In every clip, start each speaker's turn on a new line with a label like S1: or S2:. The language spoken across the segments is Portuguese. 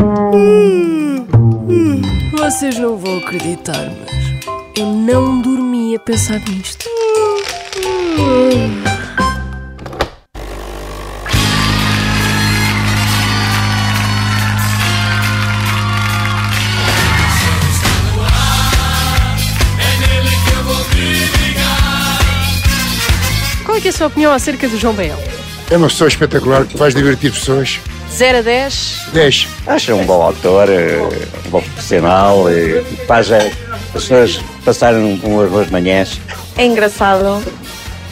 S1: Hum, Vocês não vão acreditar, mas eu não dormi a pensar nisto.
S2: Qual é, que é a sua opinião acerca do João Baião?
S3: É uma pessoa espetacular que faz divertir pessoas.
S2: 0 a 10?
S3: 10.
S4: Acho um bom autor, eh, um bom profissional, eh, faz eh, as pessoas passarem umas boas manhãs.
S5: É engraçado,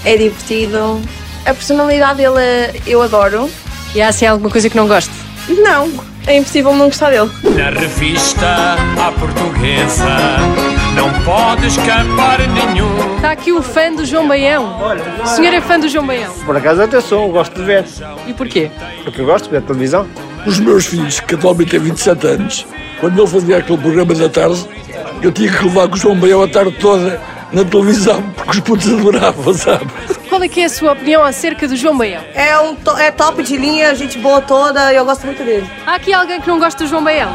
S5: é divertido. A personalidade dele eh, eu adoro.
S2: E há assim alguma coisa que não goste?
S5: Não, é impossível não gostar dele.
S6: Na revista à portuguesa não pode escapar nenhum.
S2: Está aqui um fã do João Baião. O senhor é fã do João Baião.
S7: Por acaso até sou, gosto de ver,
S2: E porquê?
S7: porque eu gosto de ver televisão.
S8: Os meus filhos, que atualmente têm 27 anos, quando ele fazia aquele programa da tarde, eu tinha que levar com o João Baião a tarde toda na televisão, porque os putos adoravam, sabe?
S2: Qual é que é a sua opinião acerca do João Baião?
S9: É, um to- é top de linha, gente boa toda, eu gosto muito dele.
S2: Há aqui alguém que não gosta do João Baião?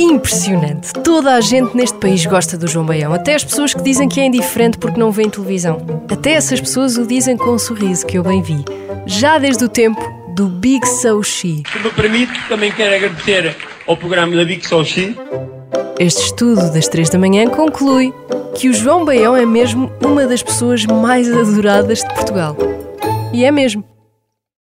S1: Impressionante. Toda a gente neste país gosta do João Baião. Até as pessoas que dizem que é indiferente porque não vêem televisão. Até essas pessoas o dizem com um sorriso, que eu bem vi. Já desde o tempo do Big Sushi.
S6: Se me permite, também quero agradecer ao programa da Big Sochi.
S1: Este estudo das 3 da manhã conclui que o João Baião é mesmo uma das pessoas mais adoradas de Portugal. E é mesmo.